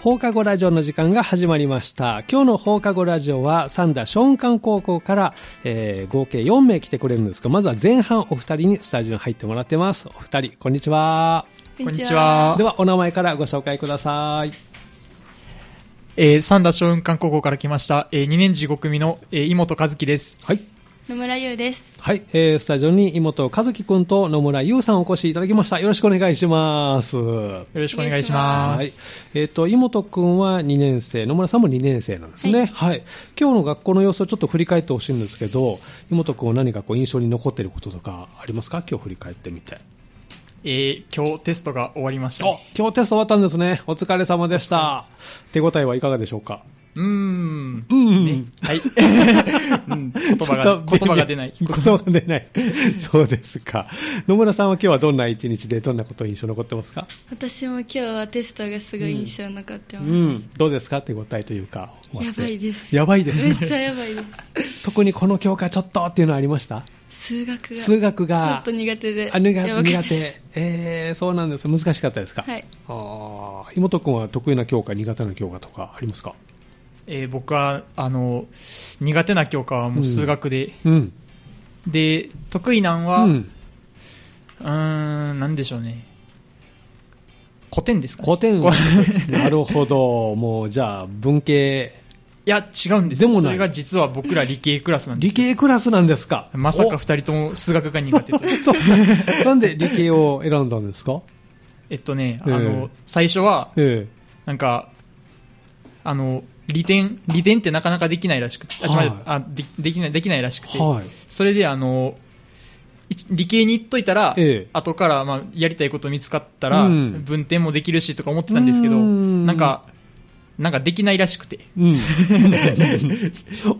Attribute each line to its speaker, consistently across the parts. Speaker 1: 放課後ラジオの時間が始まりました。今日の放課後ラジオは、三田松漢高校から、えー合計4名来てくれるんですが、まずは前半お二人にスタジオに入ってもらってます。お二人、こんにちは。
Speaker 2: こんにち。は。
Speaker 1: では、お名前からご紹介ください。
Speaker 2: えー、三田松雲館高校から来ました、えー、2年次5組の、えー、井本和樹です。
Speaker 1: はい。
Speaker 3: 野村優です。
Speaker 1: はい、えースタジオに妹和樹くんと野村優さんをお越しいただきました。よろしくお願いします。は
Speaker 2: よろしくお願いし
Speaker 3: お
Speaker 2: ま
Speaker 1: い
Speaker 2: す。。
Speaker 1: えっ、と、妹くんは2年生、野村さんも2年生なんですね。はい。今日の学校の様子をちょっと振り返ってほしいんですけど、妹くんは何かこう印象に残っていることとかありますか今日振り返ってみて。
Speaker 2: えー、今日テストが終わりました、
Speaker 1: お
Speaker 2: ね。
Speaker 1: 今日テスト終わったんですね。お疲れ様でした。手応えはいかがでしょうか
Speaker 2: うーん。
Speaker 1: うん
Speaker 2: ね、はい。うん言葉が、言葉が出ない。
Speaker 1: 言葉が出ない。そうですか。野村さんは今日はどんな一日で、どんなこと印象残ってますか
Speaker 3: 私も今日はテストがすごい印象に残って
Speaker 1: う
Speaker 3: ます。
Speaker 1: ん。どうですか手応えというか。終わ
Speaker 3: や
Speaker 1: って
Speaker 3: ばいです。
Speaker 1: やばいです
Speaker 3: め
Speaker 1: ね
Speaker 3: っちゃやばいで
Speaker 1: 特にこの教科ちょっとっていうのはありました
Speaker 3: す。数学が。
Speaker 1: 数学が。
Speaker 3: ちょっと苦手で。
Speaker 1: あ苦
Speaker 3: やばかっ
Speaker 1: 苦
Speaker 3: たです
Speaker 1: 手。えー、そうなんです。難しかったですか
Speaker 3: はい。
Speaker 1: あー妹くんは得意な教科、苦手な教科とかありますか
Speaker 2: えー、僕は、あの、苦手な教科はもう数学で、
Speaker 1: うん。
Speaker 2: で、得意なんは、
Speaker 1: う
Speaker 2: うんーん、なんでしょうね。古典ですか、ね、
Speaker 1: 古典
Speaker 2: こ
Speaker 1: なるほど。もう、じゃあ、文系、
Speaker 2: いや、違うんですよ
Speaker 1: でもない
Speaker 2: それが実は僕ら理系クラスなんで
Speaker 1: 理
Speaker 2: すよ。
Speaker 1: 系クラスなんですか
Speaker 2: まさか
Speaker 1: お
Speaker 2: 二人とも数学が苦手という。
Speaker 1: そう なんで理系を選んだんですか
Speaker 2: えっとね、あ
Speaker 1: ええ
Speaker 2: の、最初は、
Speaker 1: え
Speaker 2: なんか、あの、利点、利点ってなかなかできないらしくて、あ
Speaker 1: はい
Speaker 2: ちょっと待ってあでできない、できないらし
Speaker 1: え
Speaker 2: くて、
Speaker 1: はい。
Speaker 2: それで、あの、一理系に行っといたら、
Speaker 1: ええ
Speaker 2: 後から、まあ、やりたいこと見つかったら、
Speaker 1: うん
Speaker 2: 分点もできるしとか思ってたんですけど、
Speaker 1: うん
Speaker 2: なんか、なんかできないらしくて、
Speaker 1: うん。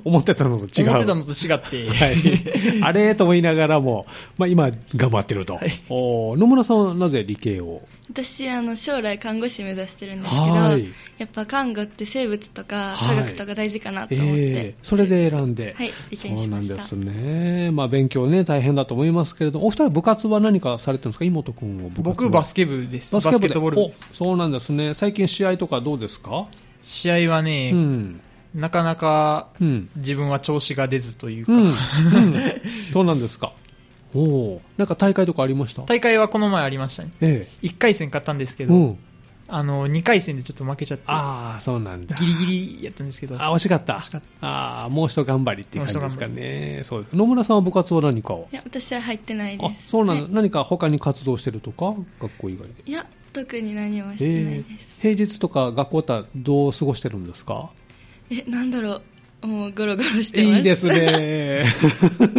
Speaker 1: 思ってたのと違う。
Speaker 2: 思ってたのと違っ て、
Speaker 1: はい、あれと思いながらも、まあ、今、頑張ってると、
Speaker 2: はい
Speaker 1: おー野村さんはなぜ理系を、
Speaker 3: 私、あの、将来看護師目指してるんですけど、
Speaker 1: はい
Speaker 3: やっぱ看護って生物とか
Speaker 1: は
Speaker 3: 科
Speaker 1: い
Speaker 3: 学とか大事かなと
Speaker 1: え
Speaker 3: 思って。
Speaker 1: えそれで選んで、
Speaker 3: はい理系に
Speaker 1: そう
Speaker 3: し
Speaker 1: な
Speaker 3: ま
Speaker 1: ん
Speaker 3: した
Speaker 1: ですね、まあ、勉強ね、大変だと思いますけれど、お二人、部活は何かされてるんですか、妹君は部活は
Speaker 2: 僕、バスケ部です。
Speaker 1: バ
Speaker 2: バ
Speaker 1: スケ
Speaker 2: ス
Speaker 1: 部
Speaker 2: ケットボール部
Speaker 1: で
Speaker 2: です。
Speaker 1: おそうなんですね、最近、試合とかどうですか、
Speaker 2: 試合はね、
Speaker 1: うん、
Speaker 2: なかなか
Speaker 1: うん、
Speaker 2: 自分は調子が出ずというか、
Speaker 1: うん、 うんそうなんですか、おお、なんか大会とかありました、
Speaker 2: 大会はこの前ありましたね。
Speaker 1: え
Speaker 2: 1回戦勝ったんです
Speaker 1: え
Speaker 2: けど、
Speaker 1: うん、
Speaker 2: あの、2回戦でちょっと負けちゃって、
Speaker 1: ああ、そうなんだ。
Speaker 2: ギリギリやったんですけど、
Speaker 1: あ、惜しかった。
Speaker 2: 惜しかっ
Speaker 1: ああ、もう一頑張りっていう感じですかね。そうです。野村さんは部活は何かを
Speaker 3: いや、私は入ってない
Speaker 1: あ、
Speaker 3: です。
Speaker 1: そうなの、
Speaker 3: はい
Speaker 1: 何か他に活動してるとか学校以外で。
Speaker 3: いや、特に何もしてないです。
Speaker 1: えー平日とか学校ってどう過ごしてるんですか
Speaker 3: えなんだろう。もうゴロゴロしてます。
Speaker 1: いいですね。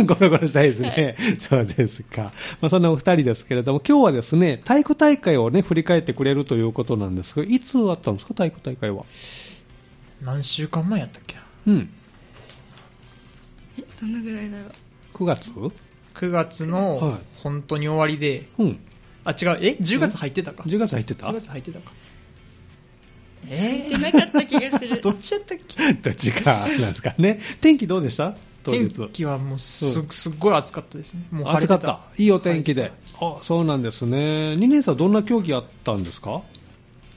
Speaker 1: ゴロゴロしたいですね。そうですか。まあ、そんなお二人ですけれども、今日はですね、体育大会をね、振り返ってくれるということなんですが、いつあったんですか、体育大会は。
Speaker 2: 何週間前やったっけな
Speaker 1: うん。
Speaker 3: えどのぐらいだろう。
Speaker 1: 9月
Speaker 2: ?9 月
Speaker 1: は
Speaker 2: の
Speaker 1: い
Speaker 2: 本当に終わりで、
Speaker 1: うん。
Speaker 2: あ、違う、え ?10 月入ってたか。
Speaker 1: 10月入ってた
Speaker 2: 10月入ってたか。
Speaker 3: 入っ
Speaker 2: え
Speaker 3: てなかった気がする
Speaker 2: ー、どっちやったっけ
Speaker 1: どっちかなんですかね。天気どうでした当
Speaker 2: 天
Speaker 1: 日。
Speaker 2: 気はもうすすっごい暑かったですね。もう晴れ
Speaker 1: 暑
Speaker 2: て
Speaker 1: か
Speaker 2: た
Speaker 1: った。いいお天気で
Speaker 2: 晴れて。
Speaker 1: あ、そうなんですね。2年生はどんな競技あったんですか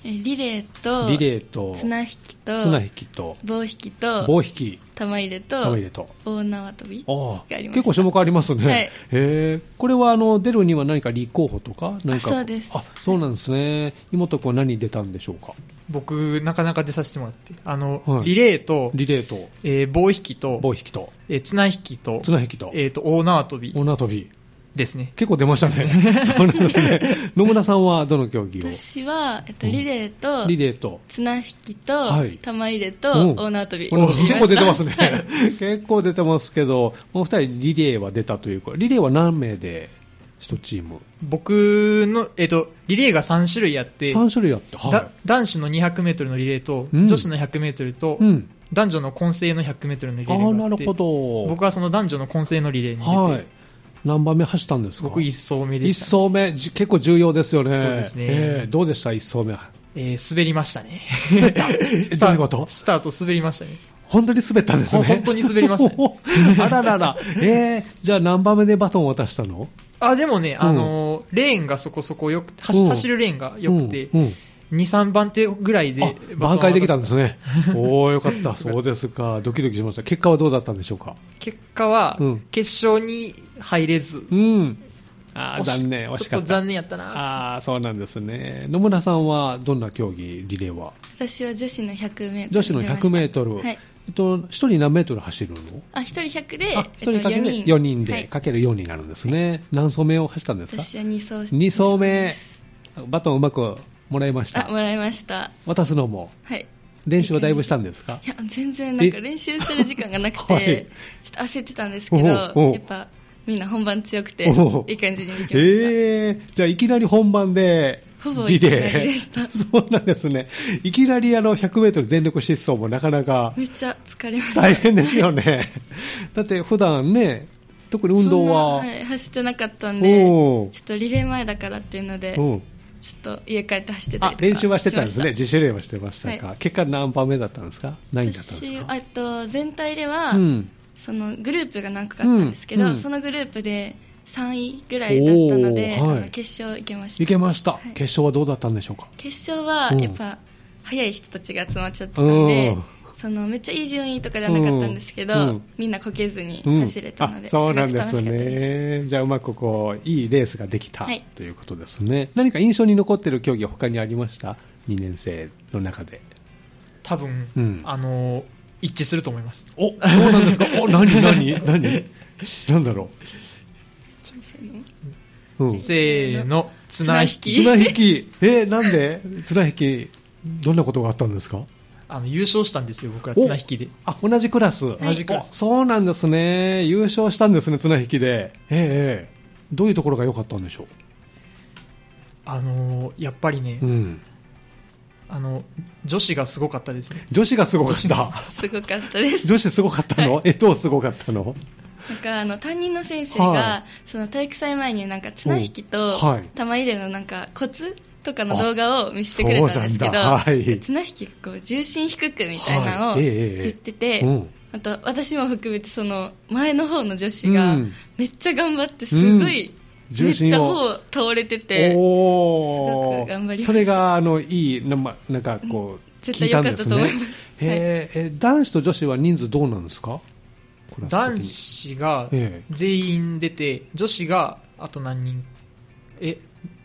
Speaker 3: えリレーと、
Speaker 1: リレーと、
Speaker 3: 綱引きと、
Speaker 1: 綱引きと、
Speaker 3: 棒引きと、
Speaker 1: 棒引き、
Speaker 3: 玉入れと
Speaker 1: 玉入、れと。
Speaker 3: 大縄跳び。
Speaker 1: ああ
Speaker 3: がありまし
Speaker 1: 結
Speaker 3: た
Speaker 1: 構種目ありますね、
Speaker 3: はい
Speaker 1: へえこれはあの出るには何か立候補とか、何か
Speaker 3: あそうです
Speaker 1: あそうなんですね、妹子は何に出たんでしょうか、
Speaker 2: 僕、なかなか出させてもらって、あの、
Speaker 1: はい
Speaker 2: リレーと、
Speaker 1: リレーと、
Speaker 2: えー棒引きと、
Speaker 1: 棒引きと、
Speaker 2: えー綱引きと、
Speaker 1: 綱引きと、
Speaker 2: えーと、大縄跳び
Speaker 1: 女跳び、
Speaker 2: ですね。
Speaker 1: 結構出ましたね、 そうなんですね、野村さんはどの競技を
Speaker 3: 私は、えっと、
Speaker 1: うん
Speaker 3: リレーと、
Speaker 1: リレーと、
Speaker 3: 綱引き
Speaker 1: はい
Speaker 3: と、玉入れ
Speaker 1: う
Speaker 3: と
Speaker 1: ん、
Speaker 3: 大縄跳び。。
Speaker 1: お結構出てますすね。 結構出てますけど、お二人リレーは出たというか、リレーは何名で一チーム
Speaker 2: 僕の、えーと、リレーが3種類あって、
Speaker 1: ?3 種類あって、
Speaker 2: だ
Speaker 1: は
Speaker 2: 男子の200メートルのリレーと、
Speaker 1: うん
Speaker 2: 女子の100メートルと、
Speaker 1: い。うん。
Speaker 2: 男女の混成の100メートルのリ
Speaker 1: あ
Speaker 2: レ
Speaker 1: あ、
Speaker 2: ーがあ
Speaker 1: なる
Speaker 2: って、
Speaker 1: ほど。
Speaker 2: 僕はその男女の混成のリレーに出て、
Speaker 1: はい。何番目走ったんですか
Speaker 2: 僕1走目で
Speaker 1: 一
Speaker 2: した、ね
Speaker 1: 走目、じ結構重要ですよね。
Speaker 2: そうですね
Speaker 1: ええどうでした一走目。
Speaker 2: えー滑りましたね。
Speaker 1: えどういうこと
Speaker 2: スタート滑りましたね。
Speaker 1: 本当に滑ったんですね。
Speaker 2: ほ本当に滑りま したね
Speaker 1: あらら ら。ええじゃあ何番目でバトンを渡したの
Speaker 2: あ、でもね、あのーレーンがそこそこよくて、走
Speaker 1: うん
Speaker 2: 走るレーンが良くて、
Speaker 1: うんうん
Speaker 2: 2、3番手ぐらいで
Speaker 1: あ挽回できたんですね。おー、よかった。そうですか。ドキドキしました。結果はどうだったんでしょうか。
Speaker 2: 結果は
Speaker 1: うん
Speaker 2: 決勝に入れず、
Speaker 1: うん。あー
Speaker 2: 惜し
Speaker 1: 残念、惜し
Speaker 2: ち
Speaker 1: か
Speaker 2: ょ
Speaker 1: っ。
Speaker 2: ったと残念やったな
Speaker 1: ああ、そうなんですね。野村さんはどんな競技、リレーは
Speaker 3: 私は女子の100メートル。
Speaker 1: 女子の100メートル。
Speaker 3: はい。
Speaker 1: えっと、一人何メートル走るの
Speaker 3: あ、一人100で、
Speaker 1: あ、
Speaker 3: えっ
Speaker 1: 一
Speaker 3: と
Speaker 1: 人かけ
Speaker 3: 四
Speaker 1: て4人
Speaker 3: は
Speaker 1: で、
Speaker 3: い
Speaker 1: かける4になるんですね。何走目を走ったんですか
Speaker 3: 私は2走
Speaker 1: 2走
Speaker 3: 二
Speaker 1: 目
Speaker 3: 走です。
Speaker 1: バトンうまくもらいまし
Speaker 3: あ、
Speaker 1: た
Speaker 3: も。らいました。
Speaker 1: 渡すのも。
Speaker 3: はい。
Speaker 1: 練習はだいぶしたんですか
Speaker 3: いや、全然なんか
Speaker 1: え
Speaker 3: 練習する時間がなく て、
Speaker 1: はい
Speaker 3: ちょっと焦ってたんですけど、
Speaker 1: おうおう
Speaker 3: やっぱみんな本番強くて、い
Speaker 1: おう
Speaker 3: い感じにできました。
Speaker 1: ええじゃあいきなり本番で
Speaker 3: ほぼいきなりでした
Speaker 1: リレー そうなんですね。いきなりあの100メートル全力疾走もなかなか
Speaker 3: めっちゃ疲れまし た。
Speaker 1: 大変ですよね。だって普段ね、特に運動は、
Speaker 3: そんなはい、走ってなかったんで、ち
Speaker 1: お
Speaker 3: ょっとリレー前だからっていうので、
Speaker 1: ーうん
Speaker 3: ちょっと家帰って走ってたり
Speaker 1: あ
Speaker 3: とか
Speaker 1: 練習はしてたんですね。
Speaker 3: し
Speaker 1: 自主練はしてましたか。
Speaker 3: は
Speaker 1: 結果何番目だったんですか
Speaker 3: ま
Speaker 1: 何位だったんです
Speaker 3: した
Speaker 1: か
Speaker 3: 私、えっと、全体では、
Speaker 1: うん。
Speaker 3: そのグループが何個かあったんですけど、
Speaker 1: うんうん
Speaker 3: そのグループで3位ぐらいだったので、
Speaker 1: おーはい
Speaker 3: あの決勝行けました。
Speaker 1: いけました、
Speaker 3: はい
Speaker 1: 決勝はどうだったんでしょうか
Speaker 3: 決勝は
Speaker 1: うん
Speaker 3: やっぱ早い人たちが集まっちゃってたんで
Speaker 1: うん
Speaker 3: そのめっちゃいい順位とかではなかったんですけど、
Speaker 1: うんうん
Speaker 3: みんなこけずに
Speaker 1: うん
Speaker 3: 走れたので、
Speaker 1: あそうなんです
Speaker 3: ごく楽しかったです
Speaker 1: ね。じゃあうまくこう、いいレースができた、
Speaker 3: はい
Speaker 1: ということですね。何か印象に残ってる競技は他にありました ?2 年生の中で。
Speaker 2: 多分、
Speaker 1: うん
Speaker 2: あのー一致すると思います
Speaker 1: お、そうなん ですか。お、何、 何、何、なんだろう。うん。
Speaker 2: せーの綱引き
Speaker 1: 綱引き。えーなんで綱引き、どんなことがあったんですか
Speaker 2: あの優勝したんですよ僕ら綱引きで
Speaker 1: あ、同じクラス。
Speaker 2: 同じクラス
Speaker 1: おそうなんですね。優勝したんですね、綱引きで。ええええどういうところが良かったんでしょ
Speaker 2: あのーやっぱりね、
Speaker 1: う。うん。
Speaker 2: あの女子がすごかったですね
Speaker 1: 女子がすごかった。
Speaker 3: すごかったです
Speaker 1: 女子すごかったのえ、どうすごかったの
Speaker 3: なんかあの担任の先生が、
Speaker 1: は
Speaker 3: その体育祭前になんか綱引き
Speaker 1: う
Speaker 3: と
Speaker 1: んはい
Speaker 3: 玉入れのなんかコツとかの動画を見せてくれたんですけど、
Speaker 1: そうなんだはい
Speaker 3: 綱引きこう重心低くみたいなのを
Speaker 1: はいええええ
Speaker 3: 言ってて、
Speaker 1: うん
Speaker 3: あと私も含めてその前の方の女子が
Speaker 1: うん
Speaker 3: めっちゃ頑張ってすご
Speaker 1: う
Speaker 3: い、
Speaker 1: ん
Speaker 3: め
Speaker 1: 重
Speaker 3: っち
Speaker 1: 心
Speaker 3: ゃ
Speaker 1: を
Speaker 3: 方倒れててす
Speaker 1: お
Speaker 3: ごく頑張りました
Speaker 1: それがあのいいな,、ま、なんかこう、
Speaker 3: 絶
Speaker 1: 聞い
Speaker 3: 対
Speaker 1: た
Speaker 3: 良
Speaker 1: ん
Speaker 3: かっ
Speaker 1: で
Speaker 3: た
Speaker 1: す
Speaker 3: と
Speaker 1: ね
Speaker 3: 思います
Speaker 1: へええ男子と女子は人数どうなんですかクラス的に
Speaker 2: 男子が
Speaker 1: ええ
Speaker 2: 全員出て、女子があと何人え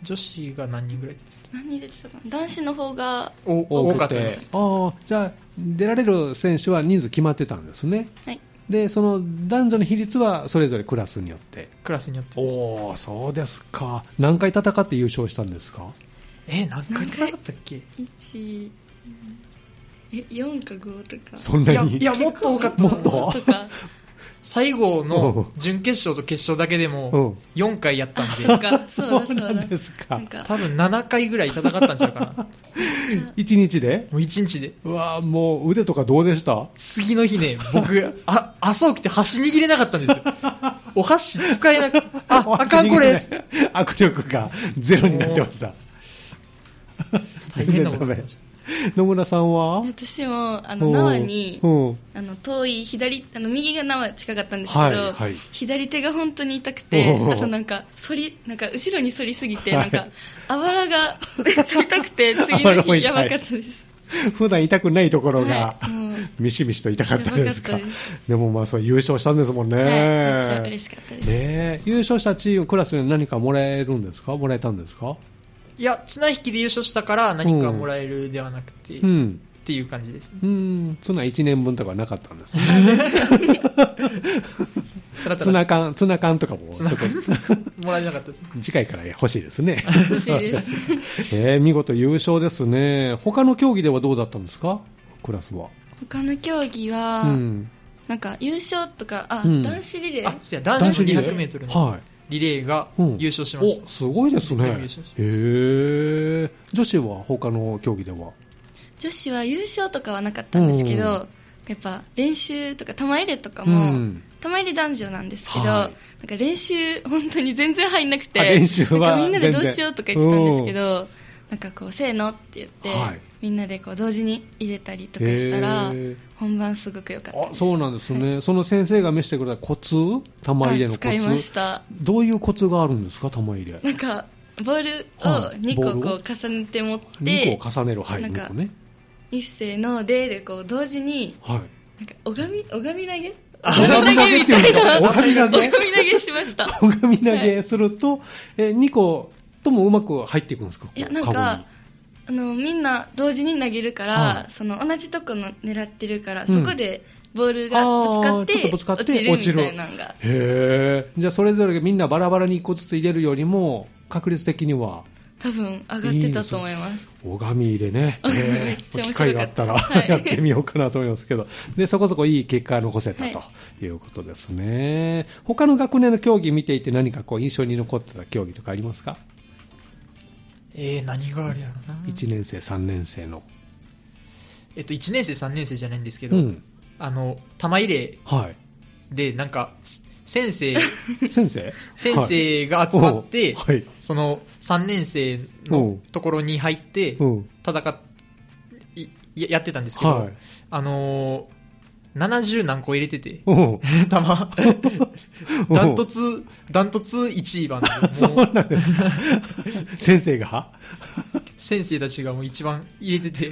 Speaker 2: 女子が何人ぐらい出て
Speaker 3: 何出てたかな男子の方が、
Speaker 2: たお
Speaker 1: 多
Speaker 2: 多か
Speaker 1: く
Speaker 2: った
Speaker 1: て
Speaker 2: です
Speaker 1: あーじゃあ出られる選手は人数決まってたんですね
Speaker 3: はい、
Speaker 1: でその男女の比率はそれぞれクラスによって
Speaker 2: クラスによってです
Speaker 1: おおそうですか何回戦って優勝したんですか
Speaker 2: え何回出なかったっけ
Speaker 3: 1え4か5とか
Speaker 1: そんなに
Speaker 2: いやいや もっと多かった
Speaker 1: もっと
Speaker 3: とか
Speaker 2: 最後
Speaker 1: お
Speaker 2: の
Speaker 1: う
Speaker 2: 準決勝と決勝だけで
Speaker 1: おう
Speaker 2: も4回やったん
Speaker 3: そ
Speaker 2: で
Speaker 3: うか、そうだ、
Speaker 1: そ
Speaker 3: そうう
Speaker 1: な
Speaker 3: だ。
Speaker 1: んですか
Speaker 3: なんか
Speaker 2: 多分7回ぐらい戦ったんちゃうかな も
Speaker 1: 1日で
Speaker 2: う1日で
Speaker 1: うわーもう腕とかどうでした
Speaker 2: 次の日ね僕あ朝起きて箸握れなかったんですよお箸使え なくああかんこれ
Speaker 1: 握力がゼロになってました
Speaker 2: 大変なことになってま し
Speaker 1: 野村さんは
Speaker 3: 私も、あ
Speaker 1: あ
Speaker 3: の、縄に、
Speaker 1: うん
Speaker 3: あの、遠い、左、あの、右が縄近かったんですけ
Speaker 1: はい
Speaker 3: ど
Speaker 1: はい、
Speaker 3: 左手が本当に痛くて
Speaker 1: お、ー
Speaker 3: あとなんか、反り、なんか、後ろに反りすぎて、
Speaker 1: は
Speaker 3: ないんか、あばらが痛 くて、次
Speaker 1: あばら
Speaker 3: の
Speaker 1: も痛い
Speaker 3: 日、やばかったです。
Speaker 1: 普段痛くないところが、
Speaker 3: はいもう
Speaker 1: ミシミシと痛かったですか
Speaker 3: やばかったで
Speaker 1: でもまあそう優勝したんですもんね、
Speaker 3: はい、めっちゃ嬉しかったです。
Speaker 1: ねえ優勝したチームクラスに何かもらえるんですかもらえたんですか
Speaker 2: いや綱引きで優勝したから何かもらえるではなくて、
Speaker 1: う
Speaker 2: っ
Speaker 1: ん
Speaker 2: ていう感じですね
Speaker 1: うんツナ1年分とかはなかったんですね
Speaker 2: ただた
Speaker 1: ツ
Speaker 2: だ
Speaker 1: ナ缶ツナ缶とかも
Speaker 2: 綱もらえなかったです
Speaker 1: 次回から欲しいです ね。
Speaker 3: 欲しいです。
Speaker 1: えー見事優勝ですね。他の競技ではどうだったんですかクラスは。
Speaker 3: 他の競技は、
Speaker 1: うん。
Speaker 3: なんか、優勝とか、あ、
Speaker 1: うん
Speaker 3: 男子リレ
Speaker 2: あ
Speaker 3: ー
Speaker 2: そうや男子
Speaker 1: リレー
Speaker 2: 200m の
Speaker 1: はい。
Speaker 2: リレーが
Speaker 1: うん
Speaker 2: 優勝しました、
Speaker 1: お、すごいですね。
Speaker 2: 日
Speaker 1: へ
Speaker 2: 本優勝し
Speaker 1: ー女子は他の競技では
Speaker 3: 女子は優勝とかはなかったんですけど、
Speaker 1: うん
Speaker 3: やっぱ練習とか玉入れとか
Speaker 1: う
Speaker 3: も、
Speaker 1: ん
Speaker 3: 玉入れ男女なんですけ
Speaker 1: はい
Speaker 3: ど、なんか練習本当に全然入んなくて
Speaker 1: あ練習は
Speaker 3: なんかみんなでどうしようとか言ってたんですけど、なんかこうせーのって言って、
Speaker 1: はい
Speaker 3: みんなでこう同時に入れたりとかしたら
Speaker 1: へー
Speaker 3: 本番すごく良かった
Speaker 1: あ、
Speaker 3: です
Speaker 1: そうなんですね。その先生が見せてくれたコツ玉入れのコ
Speaker 3: あ
Speaker 1: ツ。
Speaker 3: 使いました
Speaker 1: どういうコツがあるんですか玉入れ。
Speaker 3: なんかボールを
Speaker 1: はい
Speaker 3: 2
Speaker 1: ボー
Speaker 3: 個
Speaker 1: ルを
Speaker 3: こう重ねて持って、
Speaker 1: 2個を重ねる、はい、
Speaker 3: なんか
Speaker 1: 2個ね。
Speaker 3: 一斉の「で」でこう同時に
Speaker 1: はい。
Speaker 3: なんか拝み拝み投げ
Speaker 1: 拝み投げっていうんだ。拝み投
Speaker 3: 拝
Speaker 1: げ
Speaker 3: み。投げしました
Speaker 1: 拝み投げすると、え2個ともうまく入っていくんですか
Speaker 3: いやなん
Speaker 1: こうカゴ
Speaker 3: か
Speaker 1: に
Speaker 3: あのみんな同時に投げるから、
Speaker 1: はい
Speaker 3: その同じとこの狙ってるから、
Speaker 1: うん
Speaker 3: そこでボールがぶつかっ
Speaker 1: あーちょってとぶつかって
Speaker 3: 落ちるみたいなのが
Speaker 1: へーじゃあそれぞれがみんなバラバラに1個ずつ入れるよりも確率的には
Speaker 3: 多分上がってたと思います
Speaker 1: 拝み入れ ね、
Speaker 3: めっ
Speaker 1: えー
Speaker 3: ちゃ面
Speaker 1: 機
Speaker 3: 白
Speaker 1: 会があ
Speaker 3: かっ
Speaker 1: ったたら、
Speaker 3: は い
Speaker 1: やってみようかなと思いますけどでそこそこいい結果が残せた
Speaker 3: はい
Speaker 1: ということですね、他の学年の競技見ていて何かこう印象に残ってた競技とかありますか、
Speaker 2: えー、何があるやろな。
Speaker 1: 1年生3年生の、
Speaker 2: えっと、1年生、3年生じゃないんですけ
Speaker 1: う
Speaker 2: ど、
Speaker 1: ん
Speaker 2: あの、玉入れ
Speaker 1: は
Speaker 2: で、なんか、す 先生、
Speaker 1: い、先生
Speaker 2: 先生が集まって、
Speaker 1: はいはい
Speaker 2: その3年生
Speaker 1: お
Speaker 2: の
Speaker 1: う
Speaker 2: ところに入って、
Speaker 1: うん
Speaker 2: 戦っ、いややってたんですけど、
Speaker 1: はい
Speaker 2: あのー、70何個入れてて、
Speaker 1: おう
Speaker 2: 玉、
Speaker 1: おう
Speaker 2: ダントツ、ダントツ1位番で
Speaker 1: そ
Speaker 2: もう
Speaker 1: うなんですか先生が
Speaker 2: 先生たちがもう一番入れて て、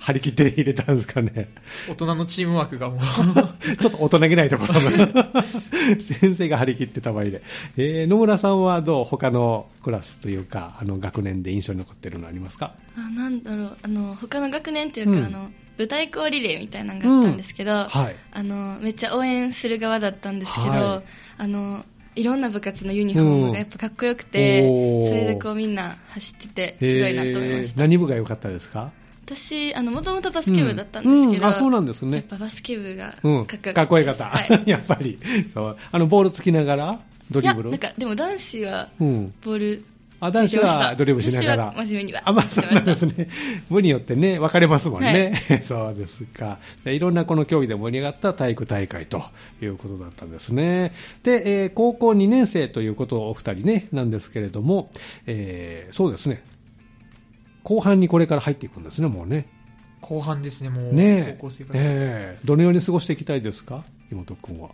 Speaker 1: 張り切って入れたんですかね
Speaker 2: 大人のチームワーク がもう、
Speaker 1: ちょっと大人げないところが 先生が張り切ってた場合で、えー野村さんはどう他のクラスというかあの学年で印象に残ってるのありますか
Speaker 3: あなんだろうあの他の学年っていうか、
Speaker 1: うん
Speaker 3: あの舞台校リレーみたいなのがあったんですけど、
Speaker 1: はい
Speaker 3: あのめっちゃ応援する側だったんですけど、
Speaker 1: はい
Speaker 3: い、あのいろんな部活のユニフォームがやっぱかっこよくて、
Speaker 1: うんおー
Speaker 3: それでこうみんな走っててすごいなと思いまし
Speaker 1: えー
Speaker 3: た、
Speaker 1: 何部が良かったですか
Speaker 3: 私あのもともとバスケ部だったんですけど、
Speaker 1: うんうんあそうなんです
Speaker 3: やっ
Speaker 1: ね
Speaker 3: ぱバスケ部がかっこ
Speaker 1: う
Speaker 3: よ
Speaker 1: ん、
Speaker 3: かったです、
Speaker 1: かっこよかった、
Speaker 3: はい、
Speaker 1: やっぱりそうあのボールつきながら ドリブル
Speaker 3: いやなんかでも男子は
Speaker 1: うん、
Speaker 3: ボール
Speaker 1: あ男子はドリブルしながら
Speaker 3: 女子は真面目には
Speaker 1: あ、まあ、そうなんです
Speaker 3: ね
Speaker 1: ね。部によってね、分かれますもんね。 そうですか。でいろんなこの競技で盛り上がった体育大会ということだったんですね。で、えー高校2年生ということをお二人ね、なんですけれども、えーそうですね。後半にこれから入っていくんですね、もうね。
Speaker 2: 後半ですね、もう、
Speaker 1: ねえ
Speaker 2: 高校生活、
Speaker 1: えーどのように過ごしていきたいですか、妹くんは。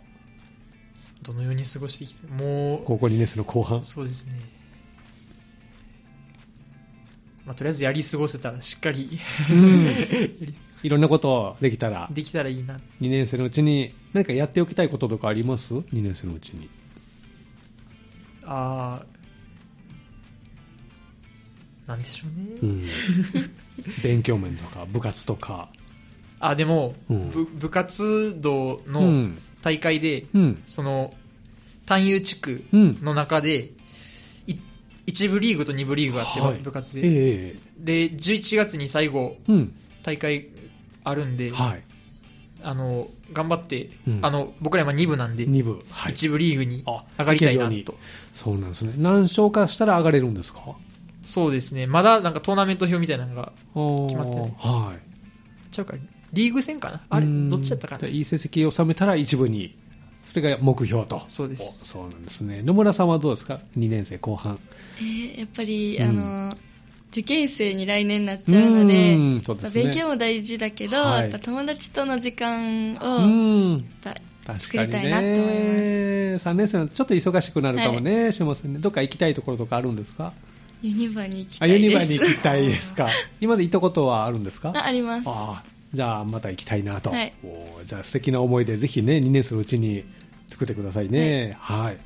Speaker 2: どのように過ごしてきて、も
Speaker 1: 高校2年生の後半
Speaker 2: う、。そうですね。まあ、とりあえずやり過ごせたらしっか り
Speaker 1: うんいろんなことできたら、
Speaker 2: できたらいいな
Speaker 1: 2年生のうちに何かやっておきたいこととかあります ?2 年生のうちに。
Speaker 2: あーなんでしょうね、
Speaker 1: うん、 勉強面とか部活とか、
Speaker 2: あでも、
Speaker 1: うん
Speaker 2: ぶ部活動
Speaker 1: う
Speaker 2: の
Speaker 1: ん
Speaker 2: 大会で、
Speaker 1: うん
Speaker 2: その単遊地区
Speaker 1: うん
Speaker 2: の中で、い一部リーグと二部リーグがあって、
Speaker 1: はい
Speaker 2: 部活
Speaker 1: え
Speaker 2: で、
Speaker 1: ええ
Speaker 2: で11月に最後
Speaker 1: えうん
Speaker 2: 大会あるんで、
Speaker 1: はい、
Speaker 2: あの頑張って、
Speaker 1: うん
Speaker 2: あの僕ら今2部なんで、
Speaker 1: 2部、はい、
Speaker 2: 一部リーグに
Speaker 1: あ
Speaker 2: 上がりたいな
Speaker 1: 行けるように
Speaker 2: と
Speaker 1: そうなんですね何勝かしたら上がれるんですか
Speaker 2: そうですねまだなんかトーナメント表みたいなのが
Speaker 1: 決
Speaker 2: 決まってない
Speaker 1: はい
Speaker 2: ちゃうかリーグ戦かなあれ
Speaker 1: うん
Speaker 2: どっちだったかない
Speaker 1: い成績を収めたら1部にそれが目標と
Speaker 2: そうです
Speaker 1: おそうなんですね野村さんはどうですか2年生後半
Speaker 3: えーやっぱり、
Speaker 1: うん
Speaker 3: あの受験生に来年になっちゃうので
Speaker 1: うんそうですね
Speaker 3: まあ勉強も大事だけど、
Speaker 1: はい
Speaker 3: やっぱ友達との時間
Speaker 1: う
Speaker 3: をや
Speaker 1: ん
Speaker 3: っぱ
Speaker 1: 確
Speaker 3: 作
Speaker 1: か
Speaker 3: り
Speaker 1: に
Speaker 3: た
Speaker 1: ね
Speaker 3: いなと思います、
Speaker 1: 3年生のちょっと忙しくなるかもね、しませんねどっか行きたいところとかあるんですか
Speaker 3: ユニバに行きた
Speaker 1: あ
Speaker 3: いで
Speaker 1: ユ
Speaker 3: す
Speaker 1: ニバに行きたいですか今まで行ったことはあるんですか
Speaker 3: ああります
Speaker 1: ああじゃあまた行きたいなと、
Speaker 3: はい
Speaker 1: おーじゃあ素敵な思い出ぜひね2年生のうちに作ってくださいねはい、わか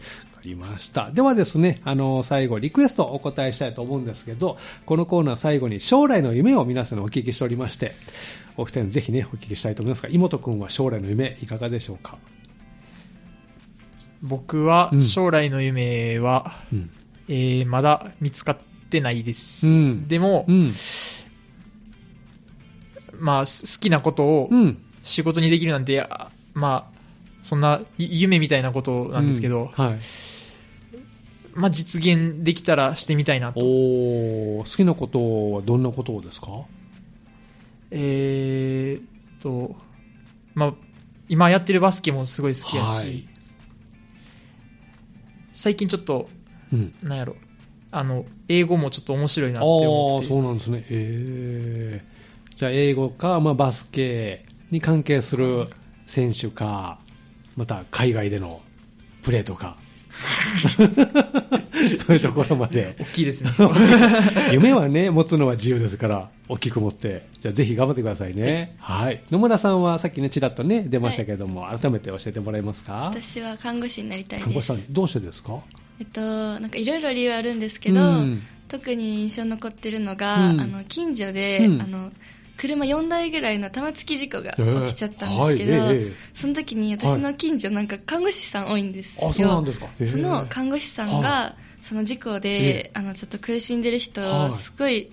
Speaker 1: りましたではですねあの最後リクエストをお答えしたいと思うんですけどこのコーナー最後に将来の夢を皆さんにお聞きしておりましてお二人にぜひねお聞きしたいと思いますが妹くんは将来の夢いかがでしょうか、
Speaker 2: 僕は
Speaker 1: うん
Speaker 2: 将来の夢は、
Speaker 1: うん
Speaker 2: えーまだ見つかってないです、
Speaker 1: うん
Speaker 2: でも、
Speaker 1: うん
Speaker 2: まあ、す好きなことを
Speaker 1: うん
Speaker 2: 仕事にできるなんて、あまあ、そんない夢みたいなことなんですけど、
Speaker 1: うんはい、
Speaker 2: まあ、実現できたらしてみたいな
Speaker 1: お
Speaker 2: と、
Speaker 1: ー好きなことはどんなことをですか
Speaker 2: えーっとまあ、今やってるバスケもすごい好きやし、
Speaker 1: はい
Speaker 2: 最近ちょっと、
Speaker 1: うん
Speaker 2: なんやろあの英語もちょっと面白いな
Speaker 1: あ
Speaker 2: っ
Speaker 1: あ
Speaker 2: て思っ
Speaker 1: ー
Speaker 2: て
Speaker 1: そうなんですねへーじゃあ英語か、まあ、バスケに 関係する選手かまた海外でのプレーとかそういうところまで。
Speaker 2: 大きいですね。
Speaker 1: 夢はね、持つのは自由ですから、大きく持って、じゃあぜひ頑張ってくださいね。はい。野村さんはさっきね、ちらっとね、出ましたけれども、改めて教えてもらえますか
Speaker 3: 私は看護師になりたい
Speaker 1: 看
Speaker 3: で
Speaker 1: 護師
Speaker 3: す
Speaker 1: さ。ん、どうしてですか
Speaker 3: えっと、なんかいろいろ理由あるんですけど、
Speaker 1: うん
Speaker 3: 特に印象に残ってるのが、
Speaker 1: うん
Speaker 3: あの近所で、
Speaker 1: うん
Speaker 3: あの車4台ぐらいの玉突き事故が起きちゃったんですけど、
Speaker 1: えーはいええ
Speaker 3: その時に私の近所なんか看護師さん多いんですよ。
Speaker 1: あ、そうなんですか。
Speaker 3: その
Speaker 1: へー
Speaker 3: 看護師さん
Speaker 1: は
Speaker 3: がその事故で、あのちょっと苦しんでる人
Speaker 1: は
Speaker 3: を
Speaker 1: い
Speaker 3: すごい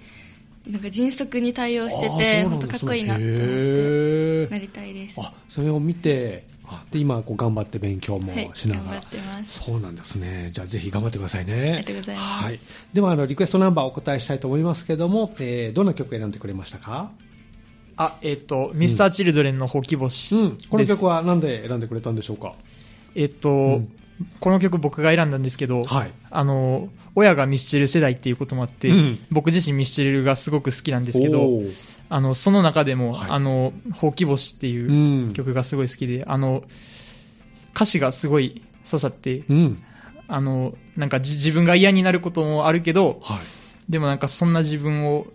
Speaker 3: なんか迅速に対応して
Speaker 1: あ
Speaker 3: て
Speaker 1: そうな
Speaker 3: 本
Speaker 1: んで
Speaker 3: 当
Speaker 1: す
Speaker 3: か
Speaker 1: ね
Speaker 3: っこいいなと思っ
Speaker 1: へ
Speaker 3: て
Speaker 1: ー
Speaker 3: なりたいです。
Speaker 1: あそれを見て、あで今こう頑張って勉強も
Speaker 3: はい、
Speaker 1: しな
Speaker 3: 頑
Speaker 1: がら、
Speaker 3: 張ってます。
Speaker 1: そうなんですね、じゃあぜひ頑張ってくださいね。
Speaker 3: ありがとうございます
Speaker 1: はい、ではあのリクエストナンバーお答えしたいと思いますけども、えーどんな曲選んでくれましたか、
Speaker 2: あ、えっ、と、ミスターチルドレンのほうき星、
Speaker 1: うん、この曲
Speaker 2: は、
Speaker 1: は何で選んでくれたんでしょうか。
Speaker 2: えっ、と、
Speaker 1: うん
Speaker 2: この曲僕が選んだんですけど、
Speaker 1: はい
Speaker 2: あの、親がミスチル世代っていうこともあって、
Speaker 1: うん
Speaker 2: 僕自身ミスチルがすごく好きなんですけ
Speaker 1: お
Speaker 2: ど、
Speaker 1: ー
Speaker 2: あの、その中でも、
Speaker 1: はい
Speaker 2: あの、ほうき星っていううん曲がすごい好きで、あの、歌詞がすごい刺さって、
Speaker 1: うん
Speaker 2: あの、なんかじ自分が嫌になることもあるけど、
Speaker 1: はい、
Speaker 2: でもなんかそんな自分を、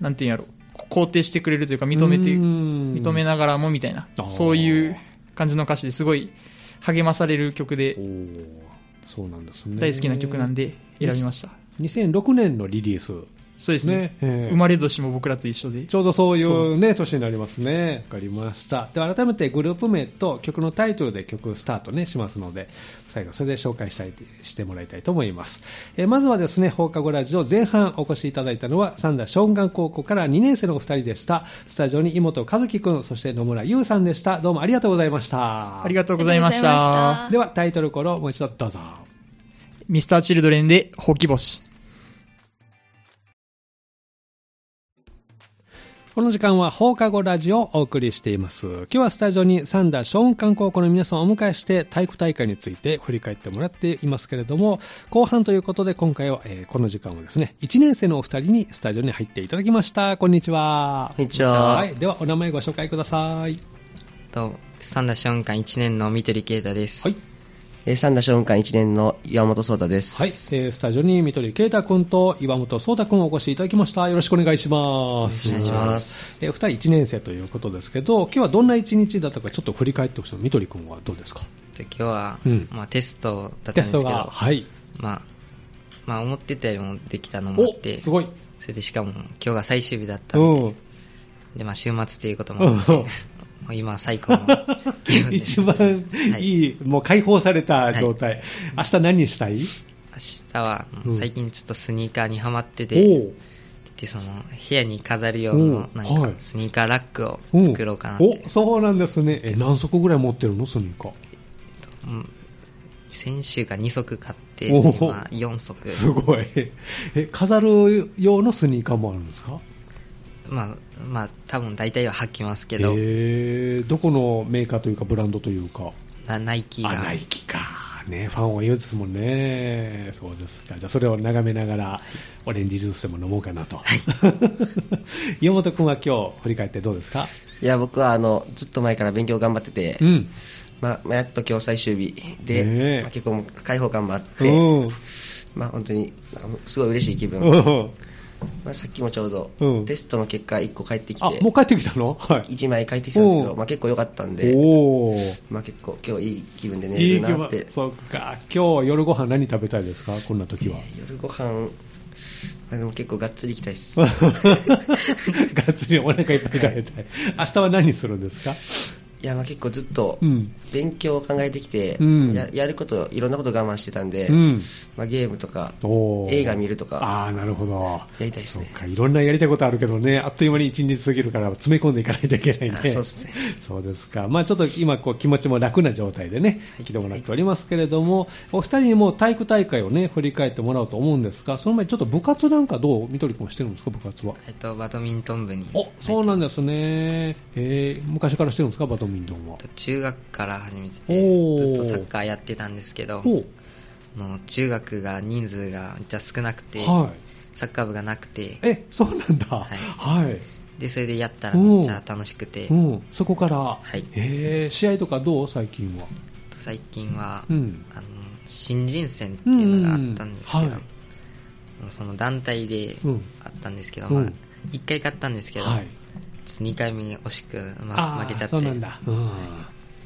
Speaker 2: なんていうんやろ、肯定してくれるというか認めて、認
Speaker 1: 認
Speaker 2: めながらもみたいな
Speaker 1: あー、
Speaker 2: そういう感じの歌詞ですごい励まされる曲で、
Speaker 1: そうなんですね
Speaker 2: 大好きな曲なんで選びました。
Speaker 1: 2006年のリリース
Speaker 2: そうですね。
Speaker 1: ねええ
Speaker 2: 生まれ年も僕らと一緒で
Speaker 1: ち。ょうどそういうね、年になりますね。わかりました。では改めてグループ名と曲のタイトルで曲スタートね、しますので、最後それで紹介したい、してもらいたいと思います。えーまずはですね、放課後ラジオ前半お越しいただいたのは、三田松岩高校から2年生のお二人でした。スタジオに妹和樹くん、そして野村優さんでした。どうもありがとうございました。
Speaker 2: ありがとうございまし
Speaker 3: ありがとうございま
Speaker 2: た
Speaker 3: し。
Speaker 1: ではタイトルコロもう一度どうぞ。
Speaker 2: ミスターチルドレンで、ほうき星。
Speaker 1: この時間は放課後ラジオをお送りしています。今日はスタジオに三田松雲館高校の皆さんをお迎えして体育大会について振り返ってもらっていますけれども、後半ということで今回は、えーこの時間はですね、1年生のお二人にスタジオに入っていただきました。こんにちは。
Speaker 4: こんにちは
Speaker 1: はい、ではお名前ご紹介ください。
Speaker 5: と、三田松館1年の三鳥啓太です。
Speaker 1: はい。
Speaker 4: えー三田松雲館1年の岩本壮太です。
Speaker 1: はい、えースタジオに見取り啓太君と岩本颯太君をお越しいただきました。よろしくお願いします。。
Speaker 5: お願いします
Speaker 1: えー、2人1年生ということですけど、今日はどんな1日だったかちょっと振り返ってほしいの。見取り君はどうですか
Speaker 5: と今日は、
Speaker 1: うん
Speaker 5: まあ、テストだったんで
Speaker 1: テ
Speaker 5: す
Speaker 1: ス
Speaker 5: け
Speaker 1: ト
Speaker 5: ど、
Speaker 1: が。はい。
Speaker 5: まあ、まあ、思ってたよりもできたのもあっ
Speaker 1: お
Speaker 5: て、
Speaker 1: すごい。
Speaker 5: それでしかも今日が最終日だった
Speaker 1: うん
Speaker 5: で、
Speaker 1: ん。
Speaker 5: で、まあ、週末ということもあって、
Speaker 1: うん
Speaker 5: もう今は最高の 気分 で
Speaker 1: 一番いい、もう解放された状態。明日何したい
Speaker 5: 明日は
Speaker 1: うん
Speaker 5: 最近ちょっとスニーカーにハマってて、
Speaker 1: おう
Speaker 5: でその部屋に飾る用の
Speaker 1: お
Speaker 5: なん
Speaker 1: はい
Speaker 5: かスニーカーラックを
Speaker 1: うん
Speaker 5: 作ろうかなって
Speaker 1: お、そうなんですね。え、何足ぐらい持ってるのスニーカー。
Speaker 5: うん先週が2足買って
Speaker 1: お
Speaker 5: 今
Speaker 1: お
Speaker 5: 4足
Speaker 1: すごい。え、飾る用のスニーカーもあるんですか
Speaker 5: まあ、まあ、多分大体は履きますけど、
Speaker 1: えーどこのメーカーというかブランドというか
Speaker 5: なナイキ
Speaker 1: あ
Speaker 5: が。
Speaker 1: ナイキかねファンは言うですもんねそうですかじゃあそれを眺めながらオレンジジュースでも飲もうかなと、 岩本君は今日振り返ってどうですか
Speaker 4: いや、僕はあの、ずっと前から勉強頑張ってて、
Speaker 1: ん
Speaker 4: まあまあ、やっと今日最終日で、
Speaker 1: ねえ
Speaker 4: まあ結構もう解放感もあって、
Speaker 1: うん
Speaker 4: まあ本当に、なんかすごい嬉しい気分。
Speaker 1: うん
Speaker 4: まあさっきもちょうど、
Speaker 1: うん
Speaker 4: テストの結果1個返ってきて、
Speaker 1: あもう帰ってきたのはい
Speaker 4: 1枚返ってきたんですけ
Speaker 1: う
Speaker 4: ど、
Speaker 1: ん
Speaker 4: まあ結構良かったんで、
Speaker 1: おー
Speaker 4: まあ結構今日いい気分で寝
Speaker 1: い
Speaker 4: れ
Speaker 1: い
Speaker 4: る
Speaker 1: 気
Speaker 4: なって。
Speaker 1: 分そっか今日夜ご飯何食べたいですかこんな時 は
Speaker 4: 夜ご飯、あでも結構がっつり行きたいです。
Speaker 1: がっつりお腹いっぱい食べたい明日は何するんですか
Speaker 4: いや、まあ結構ずっと、
Speaker 1: うん
Speaker 4: 勉強を考えてきて、
Speaker 1: うん
Speaker 4: ややることいろんなこと我慢してたんで、
Speaker 1: うん
Speaker 4: まあ、ゲームとか
Speaker 1: おー
Speaker 4: 映画見るとか
Speaker 1: ああ、なるほど。
Speaker 4: やりたいですね
Speaker 1: そうか、いろんなやりたいことあるけどね、あっという間に一日過ぎるから詰め込んでいかないといけないね。
Speaker 4: あそうですね
Speaker 1: そうですか。まあちょっと今こう気持ちも楽な状態でね、来てもらっておりますけれども、お二人にもう体育大会をね、振り返ってもらおうと思うんですが、その前にちょっと部活なんかどう緑君してるんですか、部活は。
Speaker 5: えっと、バドミントン部に。
Speaker 1: お、そうなんですね。えー、昔からしてるんですか、バドミントンは。
Speaker 5: 中学から始めて
Speaker 1: お
Speaker 5: て、
Speaker 1: ー
Speaker 5: ずっとサッカーやってたんですけど、
Speaker 1: おう
Speaker 5: あの中学が人数がめっちゃ少なくて、
Speaker 1: はい。
Speaker 5: サッカー部がなくて、
Speaker 1: え、そうなんだ。
Speaker 5: い
Speaker 1: はい。
Speaker 5: で、それでやったらめっちゃ楽しくて、
Speaker 1: うん、そこから、
Speaker 5: はい
Speaker 1: えー試合とかどう、最近は。
Speaker 5: 最近は、
Speaker 1: うん
Speaker 5: あの、新人戦っていうのがあったんですけど、
Speaker 1: うんはい
Speaker 5: その団体で
Speaker 1: うん
Speaker 5: あったんですけど、
Speaker 1: うん
Speaker 5: まあ、1回勝ったんですけど、
Speaker 1: はい
Speaker 5: ちょっと2回目に惜しく、ま
Speaker 1: あー
Speaker 5: 負けちゃって
Speaker 1: そうなんだ、うん